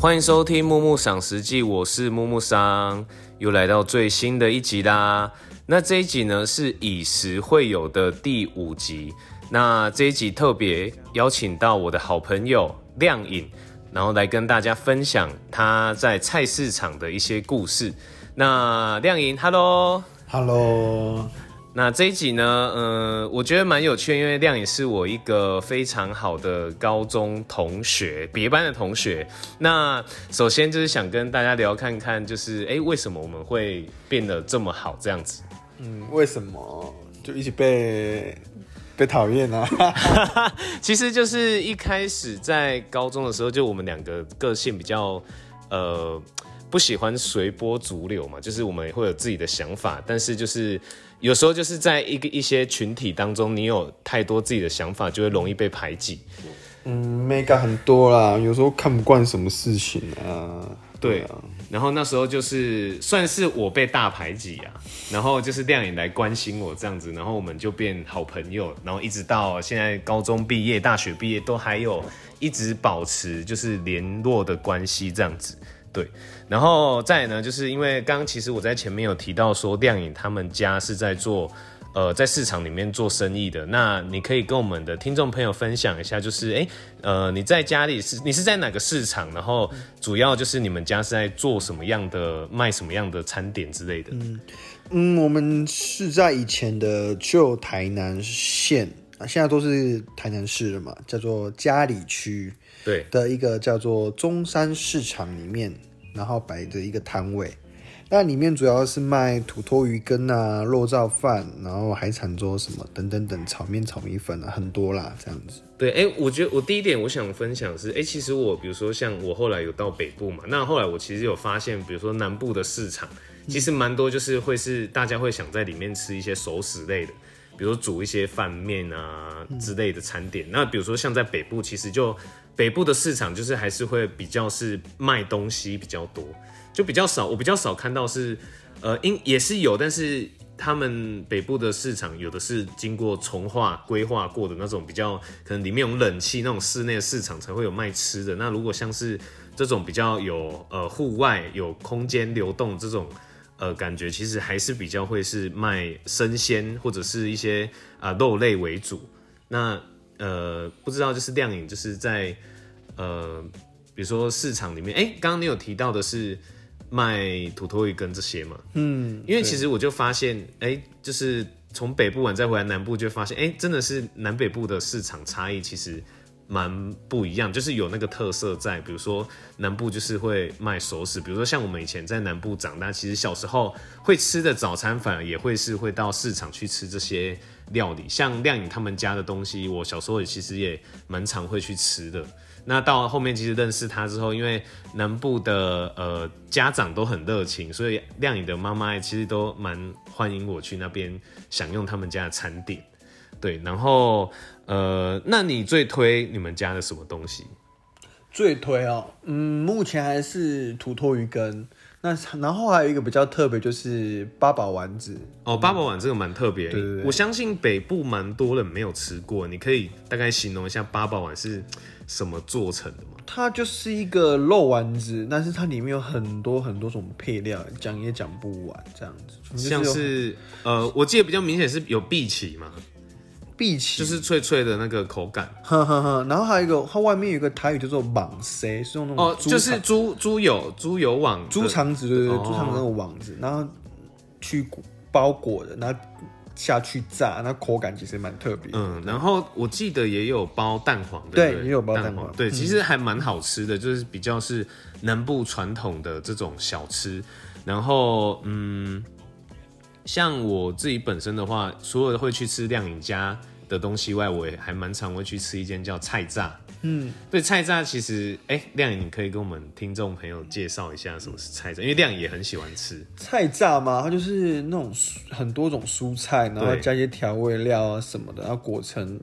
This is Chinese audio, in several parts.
欢迎收听《木木赏食记》，我是木木桑，又来到最新的一集啦。那这一集呢是以食会友的第五集，那这一集特别邀请到我的好朋友亮颖，然后来跟大家分享他在菜市场的一些故事。那亮颖，Hello。 Hello，那这一集呢，呃，我觉得蛮有趣的，因为亮也是我一个非常好的高中同学，别班的同学。那首先就是想跟大家聊看看，就是哎、诶为什么我们会变得这么好这样子？嗯，为什么就一起被被讨厌啊？其实就是一开始在高中的时候，就我们两个个性比较，呃，不喜欢随波逐流嘛，就是我们会有自己的想法，但是就是有时候就是在一个一些群体当中，你有太多自己的想法，就会容易被排挤。嗯，mega 很多啦，有时候看不惯什么事情啊。对啊，然后那时候就是算是我被大排挤啊，然后就是亮眼来关心我这样子，然后我们就变好朋友，然后一直到现在高中毕业、大学毕业都还有一直保持就是联络的关系这样子。对，然后再来呢，就是因为刚刚其实我在前面有提到说，亮颖他们家是在做。呃，在市场里面做生意的，那你可以跟我们的听众朋友分享一下，就是哎、诶呃，你在家里是你是在哪个市场？然后主要就是你们家是在做什么样的卖什么样的餐点之类的。嗯，我们是在以前的旧台南县啊，现在都是台南市了嘛，叫做嘉里区对，的一个叫做中山市场里面，然后摆的一个摊位。那里面主要是卖土托鱼羹啊、肉燥饭，然后海产粥什么等等等，炒面、炒米粉啊，很多啦，这样子。对，哎、我觉得我第一点我想分享是，哎、其实我比如说像我后来有到北部嘛，那后来我其实有发现，比如说南部的市场，其实蛮多就是会是大家会想在里面吃一些熟食类的，比如说煮一些饭面啊之类的餐点。那比如说像在北部，其实就北部的市场就是还是会比较是卖东西比较多，就比较少，我比较少看到是，呃，因也是有，但是他们北部的市场有的是经过重化规划过的那种比较，可能里面有冷气那种室内的市场才会有卖吃的。那如果像是这种比较有呃户外有空间流动这种。呃，感觉其实还是比较会是卖生鲜或者是一些啊、肉类为主。那呃，不知道就是亮颖就是在呃，比如说市场里面，哎、刚刚你有提到的是卖土托鱼羹这些嘛？嗯，因为其实我就发现，哎、就是从北部玩再回来南部，就发现，哎、真的是南北部的市场差异其实蛮不一样，就是有那个特色在。比如说南部就是会卖熟食，比如说像我们以前在南部长大，其实小时候会吃的早餐，反而也会是会到市场去吃这些料理。像亮颖他们家的东西，我小时候也其实也蛮常会去吃的。那到后面其实认识他之后，因为南部的呃家长都很热情，所以亮颖的妈妈其实都蛮欢迎我去那边享用他们家的餐点。对，然后呃，那你最推你们家的什么东西？最推哦，嗯，目前还是土托鱼羹。那然后还有一个比较特别，就是八宝丸子。哦，八宝碗这个蛮特别，对对我相信北部蛮多人没有吃过，你可以大概形容一下八宝碗是什么做成的吗？它就是一个肉丸子，但是它里面有很多很多种配料，讲也讲不完，这样子。就是有像是呃，我记得比较明显是有碧琪嘛，碧琪，就是脆脆的那个口感。呵呵呵。然后还有一个，它外面有一个台语叫做网塞，是用那种哦，嗯猪就是肠猪猪油猪油网猪肠，肠子，对对对，哦猪肠子那种网子，然后去包裹的，然后下去炸，那口感其实蛮特别的。嗯，然后我记得也有包蛋黄，不对对，也有包蛋黄嗯对，其实还蛮好吃的，就是比较是南部传统的这种小吃。然后，嗯，像我自己本身的话，除了会去吃亮颖家的东西外，我也还蛮常会去吃一间叫菜炸。嗯，对，菜炸其实，哎、亮颖，你可以跟我们听众朋友介绍一下什么是菜炸，因为亮颖也很喜欢吃。菜炸嘛，它就是那种蔬很多种蔬菜，然后对加一些调味料啊什么的，然后裹成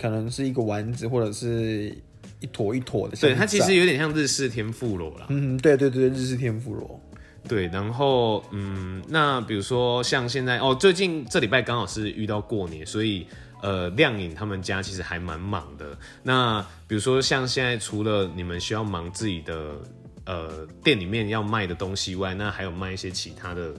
可能是一个丸子或者是一坨一坨的。对，像它其炸实有点像日式天妇罗啦。嗯，对对对，日式天妇罗。对，然后嗯，那比如说像现在哦，最近这礼拜刚好是遇到过年，所以呃亮颖他们家其实还蛮忙的。那比如说像现在除了你们需要忙自己的呃店里面要卖的东西以外，那还有卖一些其他的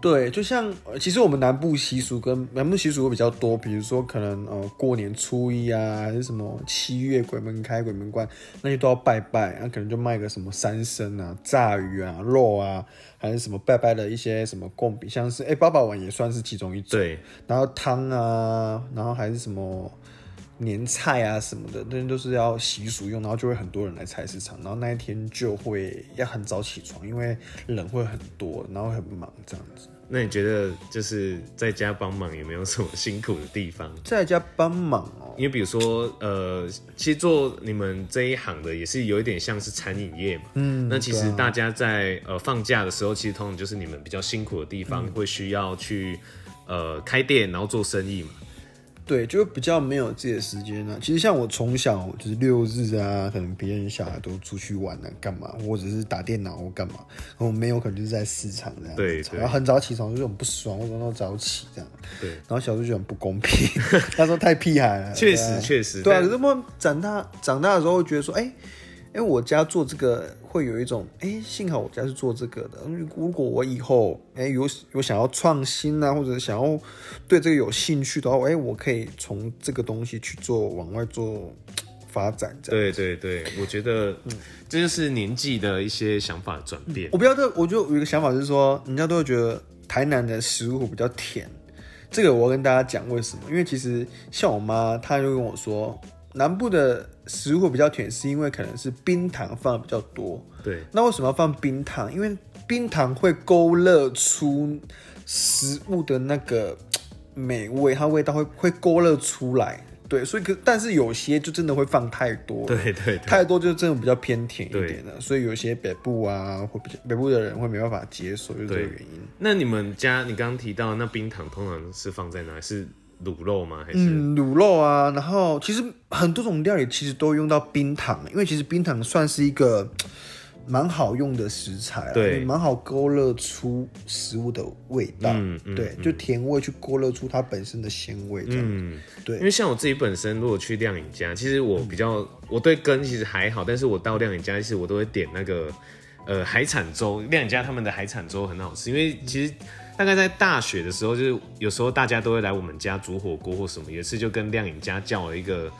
对，就像呃其实我们南部习俗跟南部习俗会比较多，比如说可能呃过年初一啊，还是什么七月鬼门开、鬼门关，那些都要拜拜，那、可能就卖个什么三牲啊、炸鱼啊、肉啊，还是什么拜拜的一些什么贡品，像是哎八宝碗也算是其中一种，对然后汤啊，然后还是什么。年菜啊什么的，那些都是要习俗用，然后就会很多人来菜市场，然后那一天就会要很早起床，因为人会很多，然后很忙这样子。那你觉得就是在家帮忙有没有什么辛苦的地方？在家帮忙哦。因为比如说，呃，其实做你们这一行的也是有一点像是餐饮业嘛，嗯，那其实啊大家在呃放假的时候，其实通常就是你们比较辛苦的地嗯方，会需要去呃开店，然后做生意嘛，对，就比较没有自己的时间啊。其实像我从小就是六日啊，可能别人小孩都出去玩啊，干嘛，或者是打电脑或干嘛，然后我没有可能就是在市场这样子对对然后很早起床就是很不爽，为什么那么早起这样？对然后小时候就很不公平， 那时候太屁孩了。确对啊实确实，对啊，但可是慢慢长大长大的时候，会觉得说，哎、哎、我家做这个会有一种，哎、幸好我家是做这个的。如如果我以后，哎、有有想要创新啊，或者想要对这个有兴趣的话，哎、我可以从这个东西去做往外做发展，这样。对对对，我觉得嗯这就是年纪的一些想法转变，我不要这，我就有一个想法，就是说，人家都会觉得台南的食物比较甜。这个我要跟大家讲为什么？因为其实像我妈，她就跟我说，南部的食物比较甜，是因为可能是冰糖放的比较多。对那为什么要放冰糖？因为冰糖会勾勒出食物的那个美味，它味道会会勾勒出来。对，所以可但是有些就真的会放太多了。对对对，太多就真的比较偏甜一点的，所以有些北部啊，或比较北部的人会没办法接受，就是这个对原因。那你们家你刚刚提到那冰糖通常是放在哪？是卤肉吗？还是、嗯，卤肉啊，然后其实很多种料理其实都用到冰糖，因为其实冰糖算是一个蛮好用的食材啊，对蛮好勾勒出食物的味道，嗯对，就甜味去勾勒出它本身的鲜味，这样，嗯对因为像我自己本身，如果去亮颖家，其实我比较我对羹其实还好，但是我到亮颖家，其实我都会点那个呃海产粥。亮颖家他们的海产粥很好吃，因为其实大概在大学的时候，就是有时候大家都会来我们家煮火锅或什么，有一次就跟亮颖家叫了一个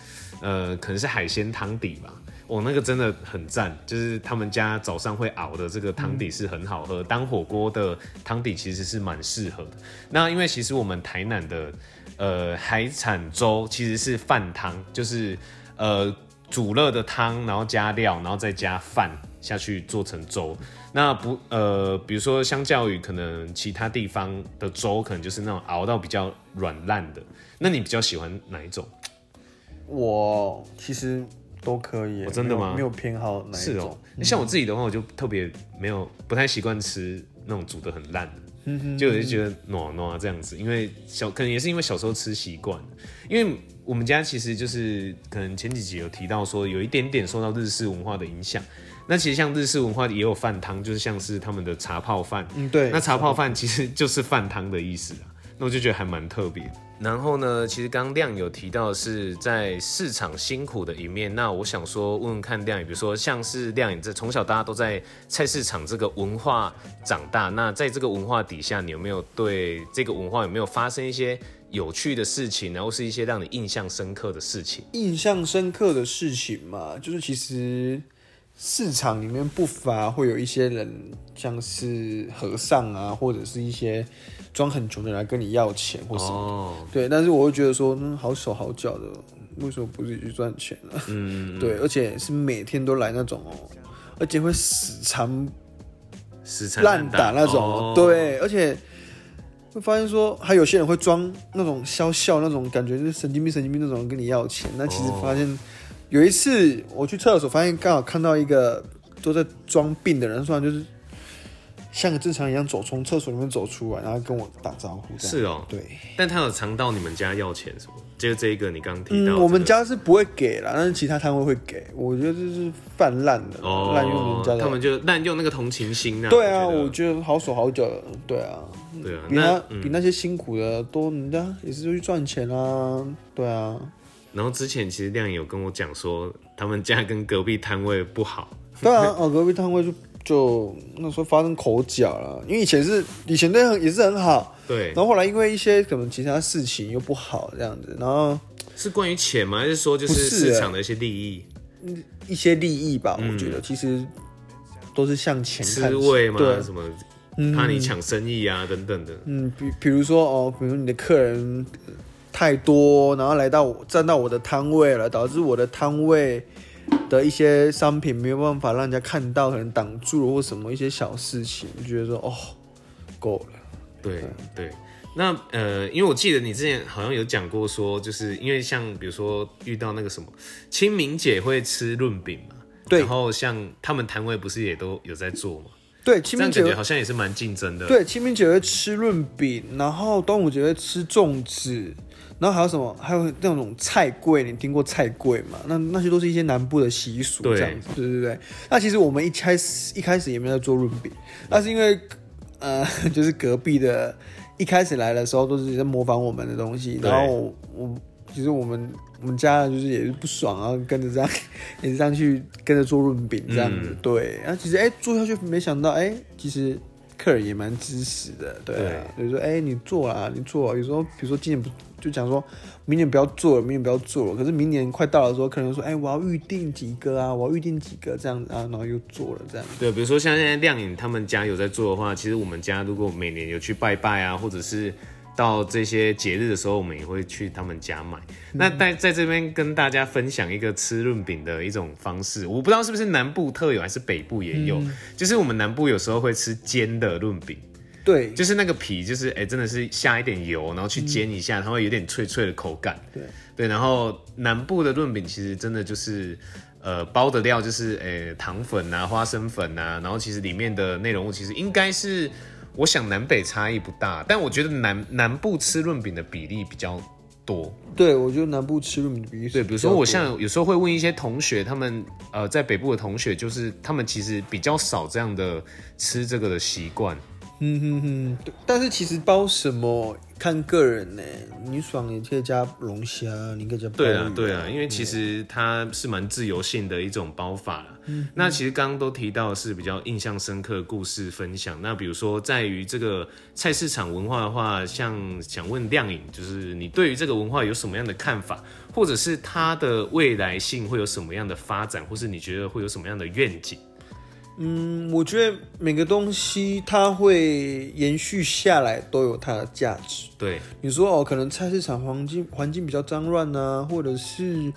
呃可能是海鲜汤底吧。我、那个真的很赞，就是他们家早上会熬的这个汤底是很好喝，当火锅的汤底其实是蛮适合的。那因为其实我们台南的呃海产粥其实是饭汤，就是呃煮热的汤，然后加料，然后再加饭下去做成粥。那不呃，比如说相较于可能其他地方的粥，可能就是那种熬到比较软烂的。那你比较喜欢哪一种？我其实都可以耶，哦真的吗没有没有偏好哪一是种哦，，像我自己的话，我就特别没有不太习惯吃那种煮的很烂的，就我就觉得暖暖啊这样子，因为小可能也是因为小时候吃习惯了，因为我们家其实就是可能前几集有提到说有一点点受到日式文化的影响，那其实像日式文化也有饭汤，就是像是他们的茶泡饭，嗯，对，那茶泡饭其实 就是饭汤的意思啊，那我就觉得还蛮特别。然后呢，其实刚刚亮有提到是在市场辛苦的一面，那我想说问问看亮颖，比如说像是亮颖这从小大家都在菜市场这个文化长大，那在这个文化底下，你有没有对这个文化有没有发生一些有趣的事情，然后是一些让你印象深刻的事情？印象深刻的事情嘛，就是其实市场里面不乏会有一些人，像是和尚啊，或者是一些装很穷的人来跟你要钱或什么。哦，对，但是我会觉得说，嗯，好手好脚的，为什么不自己去赚钱呢、嗯，对，而且是每天都来那种哦，而且会死缠死缠烂打打那种，哦对，而且会发现说，还有些人会装那种笑笑那种感觉，就是神经病神经病那种跟你要钱。那其实发现、有一次我去厕所，发现刚好看到一个都在装病的人，突然就是像个正常一样走从厕所里面走出来，然后跟我打招呼。这样是哦对，但他有尝到你们家要钱什么？就这一个你刚提到、嗯，我们家是不会给啦，但是其他摊位会给。我觉得这是泛滥的，哦，滥用人家他们的。就滥用那个同情心啊。对啊，我我觉得好手好脚的，对啊，觉得对啊，比他那比那些辛苦的多，人家也是去赚钱啊，对啊，然后之前其实亮颖有跟我讲说，他们家跟隔壁摊位不好，对啊，哦，隔壁摊位就就那时候发生口角了，因为以前是以前那样也是很好，对然，后后来因为一些可能其他事情又不好这样子，然后是关于钱吗？还是说就不是是啊市场的一些利益？一些利益吧，我嗯觉得其实都是向前看嗯吃味吗？对，什么怕你抢生意啊等等的。嗯，比比如说哦，比如你的客人呃太多，然后来到我站到我的摊位了，导致我的摊位的一些商品没有办法让人家看到，可能挡住了或什么一些小事情，就觉得说哦，够了。对对，那呃，因为我记得你之前好像有讲过说，就是因为像比如说遇到那个什么清明节会吃润饼嘛，对然后像他们摊位不是也都有在做嘛，对，这清样明节感觉好像也是蛮竞争的。，对清明节会吃润饼，然后端午节会吃粽子，然后还有什么？还有那种菜柜，你听过菜柜吗？那那些都是一些南部的习俗，对这样子，对对对。那其实我们一开始一开始也没有在做润饼，那是因为呃， 就是隔壁的，一开始来的时候都是在模仿我们的东西，对然后我我其实我们我们家就是也是不爽啊，然后跟着这样 也是这样去跟着做润饼这样子，嗯对。那其实哎、做下去没想到哎、其实。客人也蛮支持的，对啊，就是说，哎、你做啊，你做啊。有时候，比如说今年不就讲说，明年不要做了，明年不要做了。可是明年快到的时候，客人就说，哎、我要预定几个啊，我要预定几个这样子啊，然后又做了这样。对，比如说像现在亮颖他们家有在做的话，其实我们家如果每年有去拜拜啊，或者是到这些节日的时候，我们也会去他们家买。那在在这边跟大家分享一个吃润饼的一种方式，我不知道是不是南部特有还是北部也有，就是我们南部有时候会吃煎的润饼。对，就是那个皮，就是哎、真的是下一点油，然后去煎一下，它会有点脆脆的口感。对对，然后南部的润饼其实真的就是，呃，包的料就是哎、糖粉啊、花生粉啊，然后其实里面的内容物其实应该是，我想南北差异不大，但我觉得南南部吃润饼的比例比较多。对，我觉得南部吃润饼的比例是对，比如比较说多我像有时候会问一些同学，他们呃在北部的同学，就是他们其实比较少这样的吃这个的习惯。嗯哼哼，对但是其实包什么看个人呢、你爽也可以加龙虾，你可以加鲍鱼对啊，对啊，因为其实它是蛮自由性的一种包法啦。那其实刚刚都提到的是比较印象深刻的故事分享。那比如说，在于这个菜市场文化的话，像想问亮颖，就是你对于这个文化有什么样的看法，或者是它的未来性会有什么样的发展，或是你觉得会有什么样的愿景？嗯，我觉得每个东西它会延续下来都有它的价值。对，你说哦，可能菜市场环境环境比较脏乱呐、或者是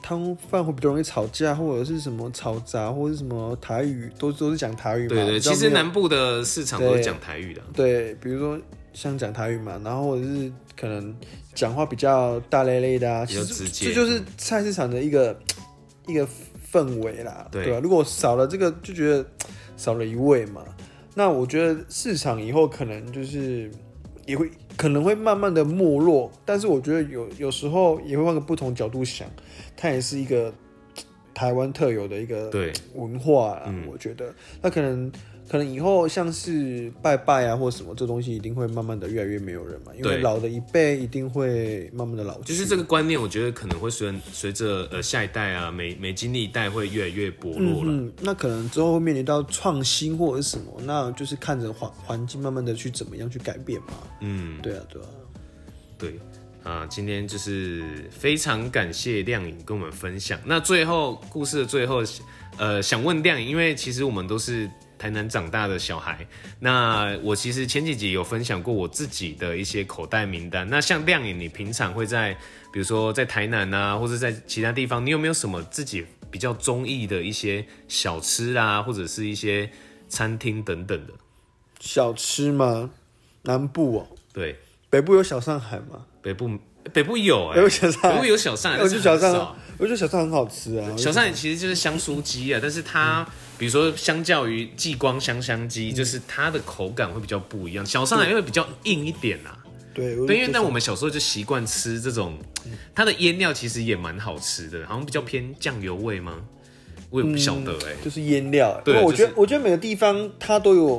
摊贩会比较容易吵架，或者是什么吵杂，或者是什么台语，都都是讲台语嘛。对对，比较其实没有南部的市场都是讲台语的啊。对，比如说像讲台语嘛，然后或者是可能讲话比较大咧咧的啊，比其较实直接嗯这就是菜市场的一个一个氛围啦，对对吧、如果少了这个，就觉得少了一味嘛。那我觉得市场以后可能就是也会可能会慢慢的没落，但是我觉得有有时候也会换个不同角度想，它也是一个台湾特有的一个对，文化啊，嗯我觉得那可能可能以后像是拜拜啊或什么这东西，一定会慢慢的越来越没有人嘛，因对为老的一辈一定会慢慢的老就去。是这个观念，我觉得可能会随随着呃下一代啊，每每经历一代会越来越薄弱了。嗯，那可能之后会面临到创新或者是什么，那就是看着环环境慢慢的去怎么样去改变嘛。嗯，对啊，对啊，对啊，今天就是非常感谢亮颖跟我们分享。那最后故事的最后，呃，想问亮颖，因为其实我们都是台南长大的小孩，那我其实前几集有分享过我自己的一些口袋名单。那像亮颖，你平常会在比如说在台南啊，或者在其他地方，你有没有什么自己比较中意的一些小吃啊，或者是一些餐厅等等的？小吃嘛，南部哦，对，北部有小上海嘛，北部北部有哎、北部小上海北部有小上海， 我但去是小很上少海，我觉得小菜很好吃啊。小菜其实就是香酥鸡啊，但是它、嗯比如说相较于继光香香鸡，就是它的口感会比较不一样。小上来会比较硬一点啊，对，嗯我对，因为就但想我们小时候就习惯吃这种，它的腌料其实也蛮好吃的，好像比较偏酱油味吗？我也不晓得哎、就是腌料。对因为我就是觉得、我觉得每个地方它都有，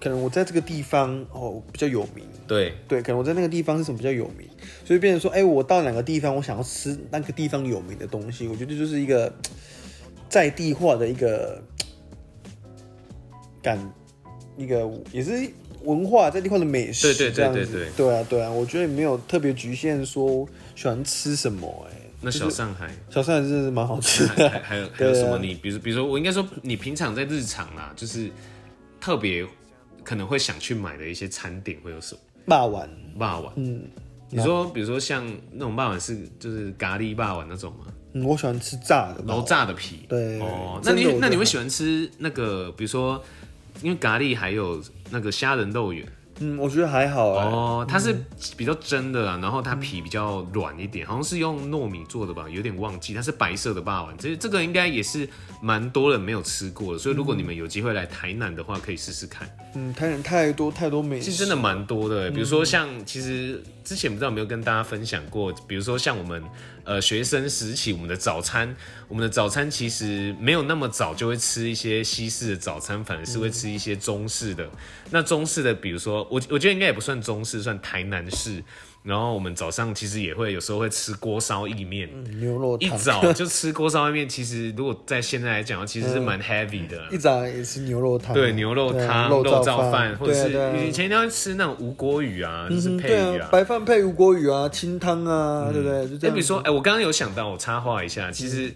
可能我在这个地方哦比较有名，对，对，可能我在那个地方是什么比较有名，所以变成说，哎、我到哪个地方，我想要吃那个地方有名的东西，我觉得这就是一个在地化的一个嗯感，一个也是文化在地化的美食，对对对这样子对对对啊对啊，我觉得没有特别局限说喜欢吃什么、哎，那小上海。小菜真的是蛮好吃 还的， 还还有还有什对么啊你？比如说比如说，我应该说你平常在日常啦，就是特别可能会想去买的一些餐点会有什么？霸丸，霸碗，嗯，你说比如说像那种霸碗是就是咖喱霸碗那种吗？嗯，我喜欢吃炸的霸楼王，炸的皮，哦对哦，那真的你我觉得那你会还喜欢吃那个，比如说因为咖喱还有那个虾仁肉圆嗯，我觉得还好、哎、哦，它是比较真的啊，然后它嗯皮比较软一点，好像是用糯米做的吧，有点忘记，它是白色的霸王，这这个应该也是蛮多人没有吃过的，所以如果你们有机会来台南的话，可以试试看。嗯，台南太多太多美食，其实真的蛮多的欸，比如说像其实之前不知道有没有跟大家分享过，比如说像我们呃学生时期，我们的早餐，我们的早餐其实没有那么早就会吃一些西式的早餐，反而是会吃一些中式的。那中式的，比如说我我觉得应该也不算中式，算台南式。然后我们早上其实也会有时候会吃锅烧意面，牛肉一汤，早就吃锅烧意面，其实如果在现在来讲，其实是蛮 heavy 的啦。一早也吃牛肉汤啊，对，牛肉对啊汤、肉燥饭，或者是对啊对啊以前都会吃那种无锅鱼啊，就是嗯配对鱼啊啊，。白饭配无锅鱼啊，清汤啊，对不对？就这哎，样。比如说，哎，我刚刚有想到，我插话一下，其实，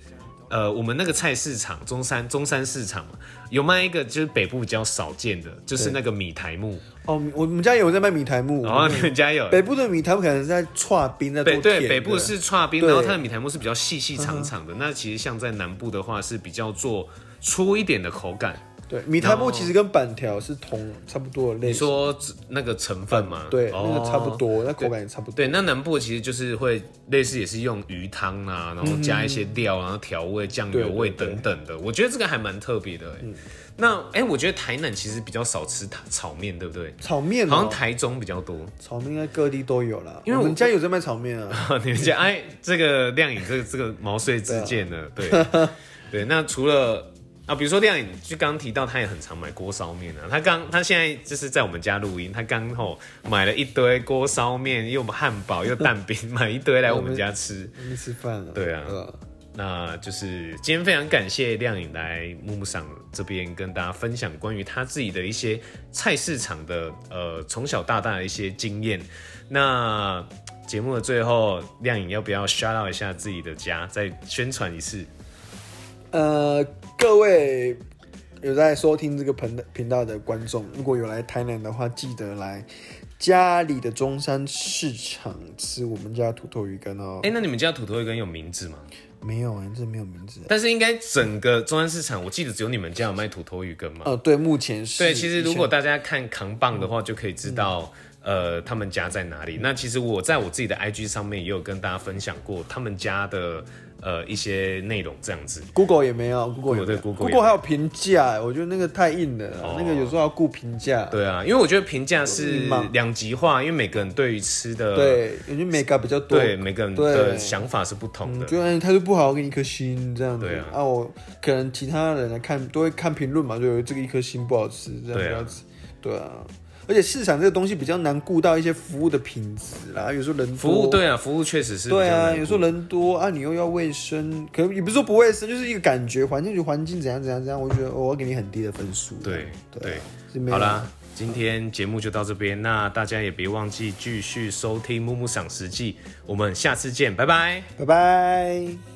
呃，我们那个菜市场中山中山市场嘛，有卖一个就是北部比较少见的，就是那个米苔木，哦，我们家有在卖米苔木，然后你们家有。嗯北部的米苔木可能是在串冰，在做哦北对甜北部的是串冰，对嗯然后它的米苔木是比较细细长长的。那其实像在南部的话是比较做粗一点的口感。对米苔木其实跟板条是同差不多的类你型，说那个成分嘛，对，哦那个差不多，那口感也差不多。对，那南部其实就是会类似也是用鱼汤啊，然后加一些料啊，然后调味、酱油味嗯对嗯对等等的。我觉得这个还蛮特别的、欸。那哎、欸我觉得台南其实比较少吃塔炒面，对不对？炒面好像哦，台中比较多。 炒面应该各地都有啦，因为我我们家有在卖炒面啊。你们家哎，这个亮颖，这个这个毛遂自荐的，对 对。那除了啊，比如说亮颖，就刚刚提到，他也很常买锅烧面啊。他刚他现在就是在我们家录音，他刚好买了一堆锅烧面，又汉堡又蛋饼， 买一堆来我们家吃。没吃饭啊？对啊呃那就是今天非常感谢亮颖来木木赏这边跟大家分享关于他自己的一些菜市场的呃从小到大的一些经验。那节目的最后，亮颖要不要 shout out 一下自己的家，再宣传一次？呃，各位有在收听这个频频道的观众，如果有来台南的话，记得来家里的中山市场吃我们家土豆鱼羹哦。哎、那你们家土豆羹有名字吗？没有哎、这没有名字。但是应该整个中山市场，我记得只有你们家有卖土豆鱼羹嘛。呃，对，目前是。嗯对，其实如以前果大家看扛棒的话，就可以知道。呃，他们家在哪里？那其实我在我自己的 IG 上面也有跟大家分享过他们家的呃一些内容，这样子。 Google 也没有，Google 也没有对 Google 也没有还有评价，我觉得那个太硬了啦，那个有时候要顾评价。对啊，因为我觉得评价嗯是嘛两极化，因为每个人对于吃的对，有些 mega 比较多。对每个人的对想法是不同的。就嗯，态度不好，我给你一颗星这样子。对啊我可能其他人来看都会看评论嘛，就有这个一颗星不好吃，这样对啊不要吃。对啊，而且市场这个东西比较难顾到一些服务的品质啦，有时候人多服务。对啊，服务确实是比较对啊，难有时候人多啊，你又要卫生，可能也不是说不卫生，就是一个感觉，环境就环境怎样怎样怎样，我就觉得、哦我要给你很低的分数。对对啊，是没好有啦，今天节目就到这边，那大家也别忘记继续收听《木木赏食记》，我们下次见，拜拜。拜拜。